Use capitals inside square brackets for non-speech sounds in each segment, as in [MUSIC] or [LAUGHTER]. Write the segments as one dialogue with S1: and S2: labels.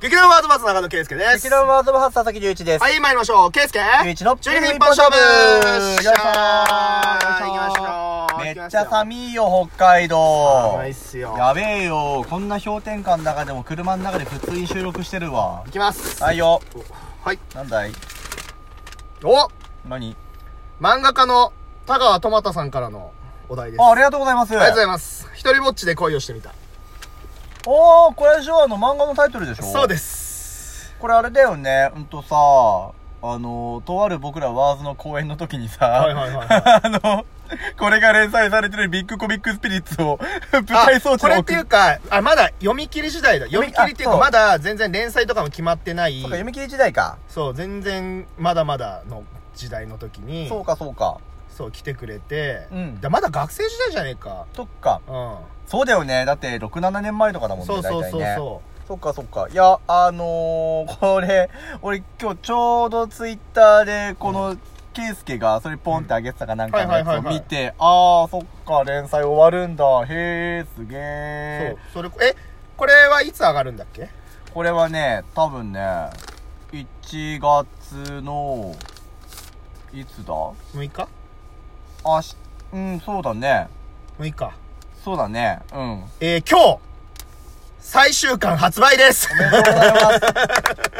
S1: 劇団ワードバーズ長野圭介です。
S2: 劇団ワードバーツ佐々木隆一です。
S1: はい、参りましょう。圭介
S2: 隆一の
S1: 12分一本勝負
S2: よいしょー
S1: よいしょー
S2: よいしょー
S1: 行きましょう
S2: めっちゃ寒いよ、北海道。
S1: 寒いっすよ。
S2: やべえよ、こんな氷点下の中でも車の中で普通に収録してるわ
S1: 行。きます。
S2: はいよ、
S1: はい。
S2: なんだい
S1: お
S2: 何
S1: 漫画家の田川トマタさんからのお題です。
S2: あ、
S1: あ
S2: ありがとうございます。あ
S1: り
S2: り
S1: がとうござ
S2: い
S1: います。一人ぼっちで恋をしてみた。
S2: ます。おー、これでしょ、あの漫画のタイトルでしょ
S1: そう
S2: す。
S1: です。
S2: これあれだよね、うんとさ、あの、とある僕らワーズの公演の時にさ、
S1: はいはいはい
S2: [LAUGHS] あの、これが連載されてるビッグコミックスピリッツを [LAUGHS] 舞台装置
S1: こ
S2: に
S1: れっ
S2: 送
S1: ていうか、あ、まだ読み切り時代だ。読み切りっていう
S2: あそ
S1: か、
S2: う
S1: まだ全然連載とかも決まってない
S2: そうか、。読み切り時代か。
S1: そう、全然まだまだの時代の時に、
S2: そうか、そうか。
S1: そう、来てくれて、
S2: うん
S1: だまだ学生時代じゃねえか。
S2: そっか。
S1: うん。
S2: そうだよね。だって、6、7年前とかだもんね、
S1: そうそう
S2: 大体
S1: そう
S2: ね
S1: そ
S2: そっかそっか。いや、あのー、 [LAUGHS] これ、俺今日ちょうどツイッターで、この、ケイスケがそれポンってあげてたかなんかのやつ
S1: はい
S2: を
S1: はいはいはい
S2: 見て、あー、そっか、連載終わるんだ。へー、すげ
S1: う。
S2: ー。
S1: そう。それ、え、これはいつ上がるんだっけ
S2: これはね、多分ね、1月の、いつだ
S1: ?6 日
S2: あし、うん、そうだね。
S1: ?6 日。
S2: そうだね。うん。
S1: えー、今日、最終巻発売です
S2: おめでとうござ
S1: [LAUGHS]
S2: います。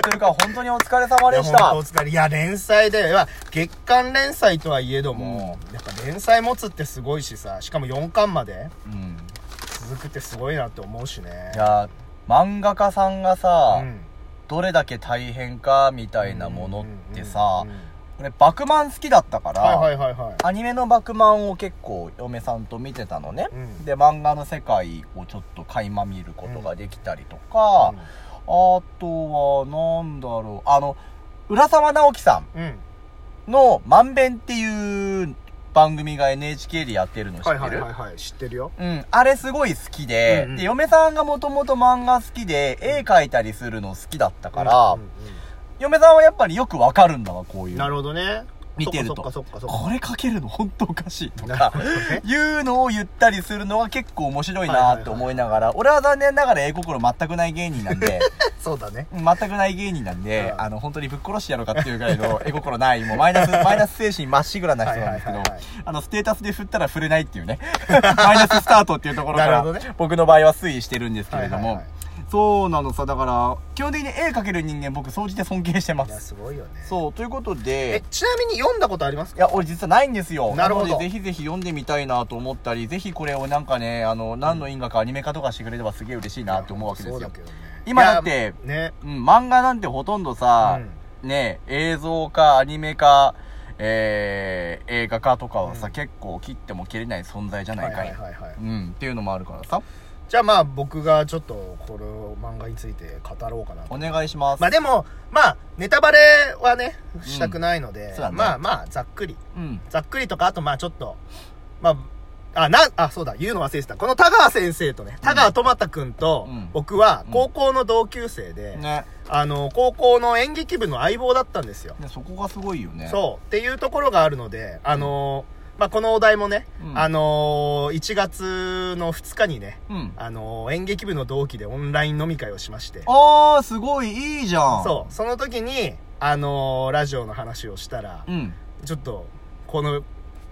S2: というか、本当にお疲れ様でし
S1: いや
S2: た。
S1: ほんとお疲れいや、連載で、まあ、月間連載とはいえども、やっぱ連載持つってすごいしさ、しかも4巻まで
S2: うん。
S1: 続くってすごいなって思うしね。
S2: いや、漫画家さんがさ、
S1: うん
S2: どれだけ大変かみたいなものってさ
S1: うんうんうん
S2: 俺バクマン好きだったから、
S1: はいはいはいはい。
S2: アニメのバクマンを結構嫁さんと見てたのね、
S1: うん
S2: で漫画の世界をちょっと垣間見ることができたりと
S1: あ
S2: か、あとはなんだろうあの浦沢直樹さ
S1: うん。
S2: んの「まんべん」っていう番組が NHK でやってるの知って
S1: は
S2: る、
S1: いはいはいはい。知ってるよ。
S2: うん、あれすごい好きで、
S1: うんうん
S2: で嫁さんがもともと漫画好きで絵描いたりするの好きだったから、
S1: うんうん
S2: 嫁さんはやっぱりよくわかるんだわこう
S1: う
S2: い
S1: ん
S2: う
S1: なるほどね。
S2: 見てると
S1: そっかそっかそっかそっか。
S2: これかけるの本当おかしいと
S1: な [LAUGHS] る
S2: か
S1: ほどね
S2: いうのを言ったりするのは結構面白い
S1: はいはい
S2: な
S1: はい
S2: と思いながら、俺は残念ながら絵心全くない芸人なん
S1: [LAUGHS]
S2: で、
S1: そうだね。
S2: 全くない芸人なんで
S1: う、ん
S2: あの、本当にぶっ殺してやろうかっていうぐらいの絵心ない、もうマイナス、マイナス精神まっしぐらな人なんですけど
S1: はいはいはいはい、
S2: あの、ステータスで振ったら振れないっていうね、 [LAUGHS] マイナススタートっていうところか
S1: なるほどね
S2: ら、僕の場合は推移してるんですけれど
S1: はいは
S2: も
S1: いはい、
S2: そうなのさ、だから、基本的に絵描ける人間僕、総じて尊敬してま
S1: いや、
S2: す。
S1: すごいよね。
S2: そう、ということ
S1: え
S2: で、、
S1: ちなみに読んだことあります
S2: い
S1: か
S2: や、俺実はないんですよ。
S1: なるほど
S2: ので、ぜひぜひ読んでみたいなと思ったり、ぜひこれをなんかね、あの、何の因果かアニメ化とかしてくれればすげえ嬉しいなって思うわけです
S1: そう
S2: よ
S1: だ。けどね。
S2: 今だって
S1: いやね。
S2: うん、漫画なんてほとんどさ、ね、映像化、アニメ化、えー、映画化とかはさ、
S1: うん
S2: 結構切っても切れない存在じゃ
S1: は
S2: ないいか
S1: はい
S2: い。
S1: はいはい。
S2: うん、っていうのもあるからさ。
S1: じゃあまあ僕がちょっとこの漫画について語ろうかなと
S2: お願いします。
S1: まあでも、まあネタバレはね、したくないので、
S2: そうだね
S1: まあまあざっくり。
S2: うん。
S1: ざっくりとか、あとまあちょっと、まあ、あ、な、あ、そうだ、言うの忘れてた。この田川先生とね、田川トマタくんと
S2: うん、
S1: 僕は高校の同級生で、
S2: ね。
S1: あの、高校の演劇部の相棒だったんですよ。
S2: ねそこがすごいよね。
S1: そう。っていうところがあるので、あのーまあ、このお題もね、
S2: うん
S1: あのー1月の2日にね、
S2: う。うん。
S1: あのー演劇部の同期でオンライン飲み会をしまして、
S2: あー、すごい、いいじゃん。
S1: そう、その時に、あのーラジオの話をしたら、
S2: う。うん。
S1: ちょっと、この、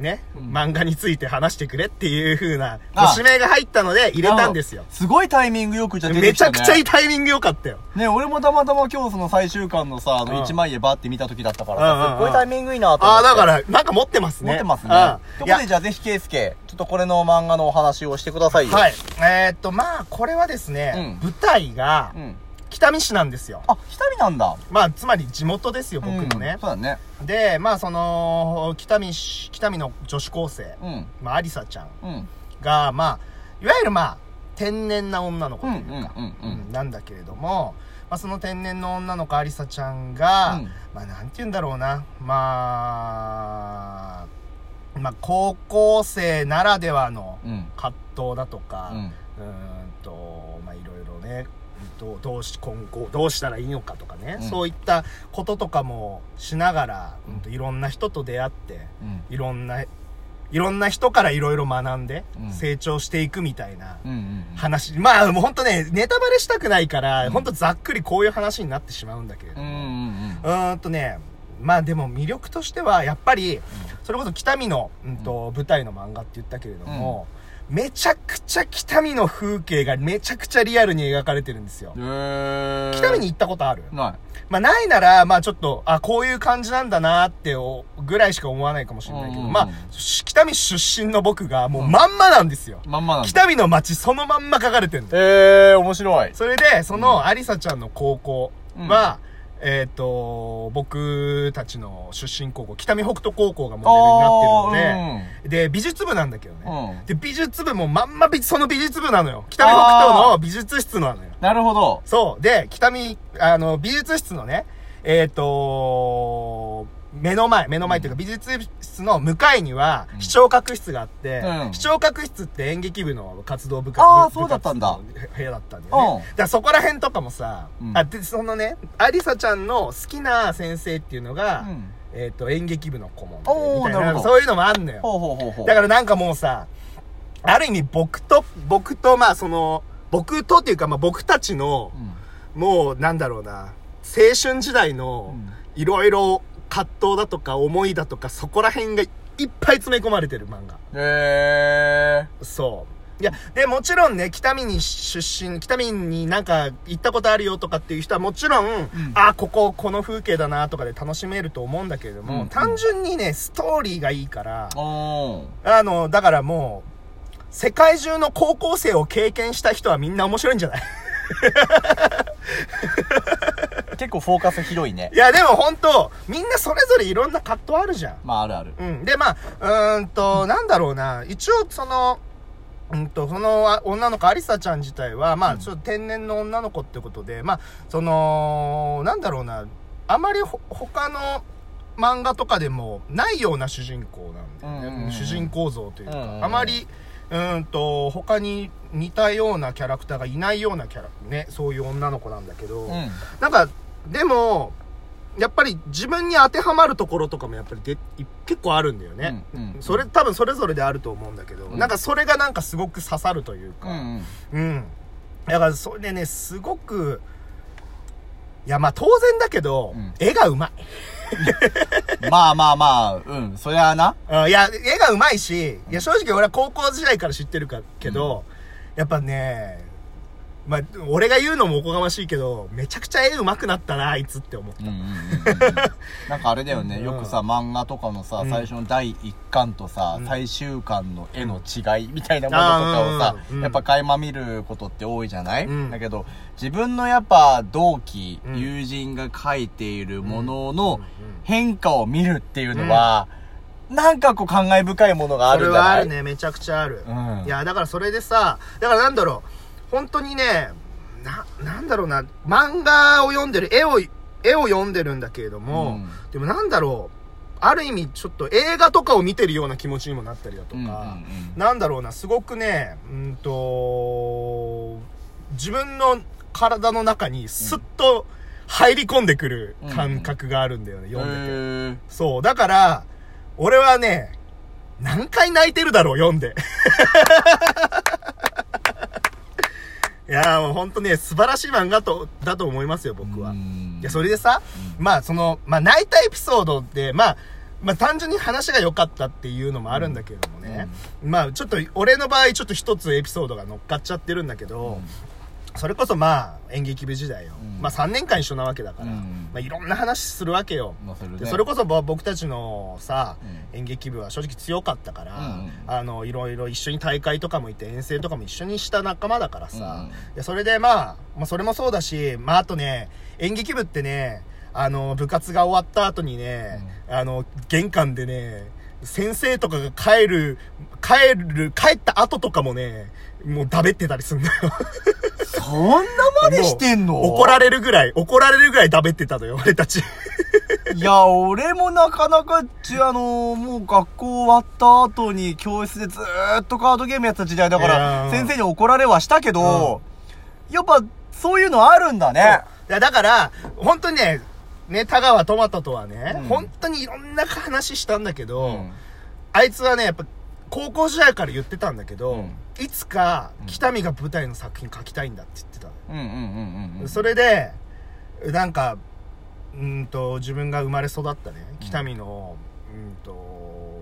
S1: ね、
S2: うん
S1: 漫画について話してくれっていう風な、ご
S2: あ
S1: 指名が入ったので入れたんですよ。
S2: すごいタイミングよくじゃ出て
S1: め
S2: き
S1: ち
S2: た、
S1: ゃ
S2: ね、
S1: くちゃいいタイミング良かったよ。
S2: ね、俺もたまたま今日その最終巻のさ、あ
S1: うん
S2: の一枚絵バーって見た時だったから
S1: うんうんうん
S2: さ、すっごいタイミングいいなと思っ
S1: あ
S2: て。
S1: あ、だか、ら、なんか持ってますね。
S2: 持ってますね。
S1: う
S2: と
S1: んい
S2: い
S1: や
S2: うことで、じゃあぜひ、ケイスケ、ちょっとこれの漫画のお話をしてくださいよ。
S1: はい。えー、っと、まあ、これはですね、
S2: う
S1: 舞台が
S2: う、ん。
S1: 北見市なんですよ。
S2: あ、ひたりなんだ。
S1: まあ、つまり地元ですよ、僕も
S2: う
S1: ね
S2: ん。そうだね。
S1: で、まあ、その、北見市、北見の女子高生、
S2: うん。
S1: まあ、ありさちゃん
S2: うん。
S1: が、まあ、いわゆるまあ、天然な女の子
S2: う
S1: とい
S2: ん。。
S1: ううんか、
S2: うん。う。
S1: うんんなんだけれども、まあ、その天然の女の子ありさちゃんが、
S2: うん
S1: まあなんて言うんだろうなまあまあ高校生ならではの
S2: うん。
S1: 葛藤だとか
S2: う、ん。
S1: うーん、とまあいろいろねどうどうし今後どうしたらいいのかとかね、
S2: うん
S1: そういったこととかもしながら、うんと
S2: う
S1: いろんな人と出会って
S2: うん。
S1: いろんないろんな人からいろいろ学んで
S2: うん、
S1: 成長していくみたいな
S2: うんうん
S1: 話。まあ、もうほんとね、ネタバレしたくないから、
S2: うん
S1: ほんとざっくりこういう話になってしまうんだけれど
S2: うんう
S1: も。
S2: ん
S1: うーんとね、まあでも魅力としては、やっぱり、それこそ北見の、うんと、舞台の漫画って言ったけれども、めちゃくちゃ北見の風景がめちゃくちゃリアルに描かれてるんですよ
S2: うん。えー
S1: 北見に行ったことある
S2: な
S1: まあないなら、まあちょっと、あ、こういう感じなんだなってお、ぐらいしか思わないかもしれないけど、
S2: うん
S1: まあ、し北見出身の僕がもうまんまなんですよ。
S2: いまんまなんだ
S1: 北見の街そのまんま書かれてるんだよ
S2: えー面白い
S1: それで、そのありさちゃんの高校は、えっ、と、僕たちの出身高校、北見北斗高校がモデルになってるの
S2: の
S1: で、で、美術部なんだけどね。
S2: うん、うん、
S1: で、美術部もまんま美、その美術部なのよ。北見北斗の美術室なのよ。
S2: なるほど
S1: そう。で、北見、あの、美術室のね、えっ、と目の前、目の前というか美術室の向かいには
S2: うん、
S1: 視聴覚室があって、
S2: うん
S1: 視聴覚室って演劇部の活動部活
S2: あー
S1: 部
S2: そうだったんだ
S1: 部活の部屋だったんだよね。だからそこら辺とかもさ、
S2: うん
S1: あ、で、そのね、ありさちゃんの好きな先生っていうのが、
S2: うん
S1: えっ、と、演劇部の顧問
S2: おー
S1: みたいな、
S2: なるほど
S1: そういうのもあんのよ。
S2: ほうほうほうほう
S1: だからなんかもうさ、ある意味僕と、僕とまあその、僕とっていうかまあ僕たちの、
S2: うん
S1: もうなんだろうな、青春時代の
S2: うん
S1: いろいろ葛藤だとか思いだとかそこら辺がいっぱい詰め込まれてる漫画。
S2: え
S1: そう。いや、で、もちろんね、北見に出身、北見になんか行ったことあるよとかっていう人はもちろん、あ、ここ、この風景だなとかで楽しめると思うんだけれども、
S2: うん
S1: 単純にね、ストーリーがいいから
S2: ー、、おー
S1: あの、だからもう、世界中の高校生を経験した人はみんな面白いんじゃない [LAUGHS]
S2: 結構フォーカス広いね
S1: いや、でも本当みんなそれぞれいろんな葛藤あるじゃん。
S2: まああるある
S1: うん。で、まあ、うーんと、なんだろうな。一応、その、うんと、そのあ女の子、アリサちゃん自体は、ま
S2: う
S1: あ、
S2: ん
S1: ちょっと天然の女の子ってことで、まあ、その、なんだろうな。あまりほ、他の漫画とかでもないような主人公なんで、
S2: うんうんうん
S1: 主人公像というか、
S2: うんうんうん
S1: あまり、うーんと、他に似たようなキャラクターがいないようなキャラ、ね、そういう女の子なんだけど、
S2: うん
S1: なんか、でも、やっぱり自分に当てはまるところとかもやっぱりでい結構あるんだよね。
S2: うんうん
S1: それ多分それぞれであると思うんだけど、
S2: うん
S1: なんかそれがなんかすごく刺さるという
S2: う
S1: か、
S2: んうん
S1: うん。だからそれでね、すごく、いやまあ当然だけど、
S2: うん
S1: 絵がうまい。
S2: まあまあまあうんそりゃあな
S1: うんいや、絵がうまいし、いや正直俺は高校時代から知ってるかけど、やっぱね、まあ俺が言うのもおこがましいけど、めちゃくちゃ絵うまくなったな、あいつって思った。
S2: うんうんうんうん [LAUGHS] なんかあれだよね、よくさ、漫画とかのさ、
S1: うん
S2: 最初の第1巻とさ、
S1: うん
S2: 最終巻の絵の違いみたいなものとかをさ
S1: あ、ーうんうん
S2: やっぱ垣間見ることって多いじゃない、
S1: うん
S2: だけど、自分のやっぱ同期、
S1: うん
S2: 友人が描いているものの
S1: うんうん
S2: 変化を見るっていうのは、なんかこう感慨深いものがあ
S1: そ
S2: る
S1: れ
S2: じゃ
S1: はあ
S2: ない
S1: るねめちゃくちゃある、
S2: うん
S1: いやだからそれでさだからなんだろう本当にねななんだろうな漫画を読んでる絵を絵を読んでるんだけれども、でもなんだろうある意味ちょっと映画とかを見てるような気持ちにもなったりだと
S2: うん、うんうん
S1: か、なんだろうなすごくねうんと自分の体の中にスッと入り込んでくる感覚があるんだよね、
S2: うん
S1: 読んでて。
S2: へー
S1: そう。だから、俺はね、何回泣いてるだろう、読んで。 [LAUGHS] いやーもうほんとね、素晴らしい漫画と、だと思いますよ、僕は。
S2: う
S1: い
S2: ん
S1: や、それでさ、まあ、その、まあ、泣いたエピソードって、まあ、まあ、単純に話が良かったっていうのもあるんだけれどもね。まあ、ちょっと、俺の場合、ちょっと一つエピソードが乗っかっちゃってるんだけど、それこそまあ、演劇部時代よ。
S2: うん
S1: まあ、3年間一緒なわけだから、
S2: うん
S1: まあ、いろんな話するわけよ。
S2: まあそれ
S1: で
S2: ね
S1: それこそぼ僕たちのさ、
S2: う
S1: 演劇部は正直強かったから、
S2: うんうん
S1: あのいろいろ一緒に大会とかも行って遠征とかも一緒にした仲間だからさ、
S2: うんうん
S1: でそれでまあ、まあ、それもそうだし、まあ、あとね演劇部ってねあの部活が終わった後にね、あの玄関でね先生とかが帰る帰る帰った後とかもねもうだべってたりすんだよ
S2: そんなまでしてん
S1: [LAUGHS]
S2: の
S1: 怒られるぐらい怒られるぐらいだべってたのよ俺たち
S2: いや、俺もなかなか、ち、あのーもう学校終わった後に教室でずーっとカードゲームやってた時代だか
S1: いや
S2: ら、
S1: ー
S2: 先生に怒られはしたけど、やっぱ、そういうのあるんだね。
S1: いやだから、本当にね、ね、田川トマトとはね、
S2: うん
S1: 本当にいろんな話したんだけど、
S2: うん
S1: あいつはね、やっぱ高校時代から言ってたんだけど、
S2: うん
S1: いつか
S2: うん
S1: 北見が舞台の作品書きたいんだって言ってたの、
S2: うんうんうんうん
S1: それでなんかうんと自分が生まれ育ったね
S2: うん
S1: 北見のうんと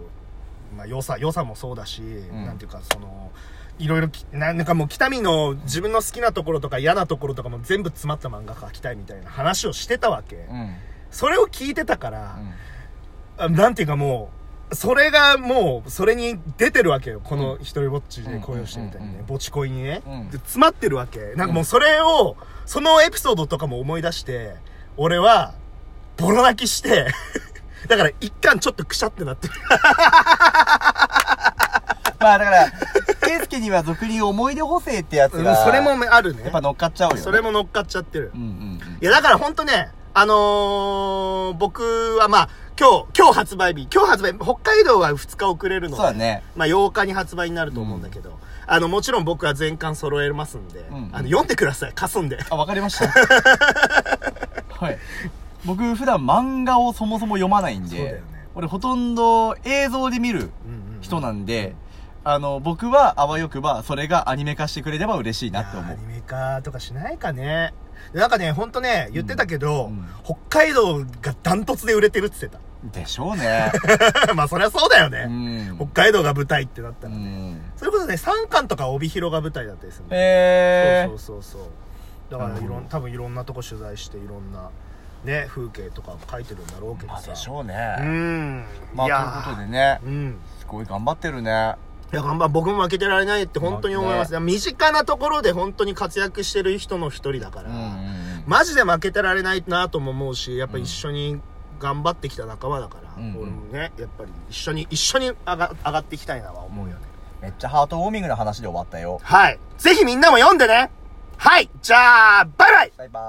S1: まあ良さ良さもそうだし、
S2: ん
S1: なんていうかそのいろいろきなんかもう北見の自分の好きなところとか嫌なところとかも全部詰まった漫画描きたいみたいな話をしてたわけ、
S2: うんうん
S1: それを聞いてたから、あなんていうかもうそれがもうそれに出てるわけよこの
S2: うん
S1: 一人ぼっちで恋をしてみたいに
S2: うんうんうん
S1: ね
S2: うん
S1: ぼち恋にね、
S2: うん
S1: で詰まってるわけなんかもうそれをそのエピソードとかも思い出して俺はボロ泣きして [LAUGHS] だから一貫ちょっとくしゃってなってる
S2: まあだから圭介には俗に思い出補正ってやつ
S1: うん
S2: が
S1: それもあるね
S2: やっぱ乗っかっちゃうよね
S1: それも乗っかっちゃってる
S2: うんうん
S1: いやだからほんとねあのー、僕はまあ今日今日発売日今日発売北海道は2日遅れる
S2: うん
S1: の
S2: そう
S1: で
S2: だね
S1: まあ、8日に発売になると思うんだけど、あの、もちろん僕は全巻揃えますんで、
S2: ん
S1: あの、読んでください、貸すんで。
S2: あわかりま
S1: [LAUGHS]
S2: したはい僕普段漫画をそもそも読まないんで
S1: そうだよね
S2: 俺ほとんど映像で見る人なんで、あの僕はあわよくばそれがアニメ化してくれれば嬉しいなって
S1: い
S2: 思
S1: やーア
S2: う
S1: ニメ化とかしないかね。なんかね、ほんとね、言ってたけど、
S2: うんうん
S1: 北海道がダントツで売れてるって言って
S2: でしょ
S1: [LAUGHS]
S2: うね
S1: た。まあ、そりゃそうだよ
S2: う
S1: ね、
S2: ん
S1: 北海道が舞台ってなった
S2: う
S1: ら。
S2: ん
S1: それこそね、3巻とか帯広が舞台だったりするんで
S2: え
S1: そう
S2: ー、
S1: そうそうそう。だから、いろ
S2: なるほ
S1: ん、多分いろんなとこ取材して、いろんな、ね、風景とかを書いてるんだろうけど
S2: まあ
S1: さ。
S2: でしょう
S1: う
S2: ね、
S1: ん。
S2: ま
S1: いや
S2: あという
S1: ー
S2: ことでね
S1: うん。
S2: すごい頑張ってるね
S1: いや、頑張僕も負けてられないって本当に思います。身近なところで本当に活躍してる人の一人だか
S2: う
S1: ら、
S2: んうん
S1: マジで負けてられないなとも思うし、やっぱ一緒に頑張ってきた仲間だから、
S2: うんうん
S1: 俺もね、やっぱり一緒に、一緒に上が上がっていきたいなは思うよね。
S2: めっちゃハートウォーミングな話で終わったよ
S1: はい。ぜひみんなも読んでねはいじゃあ、バイバイ
S2: バイバーイ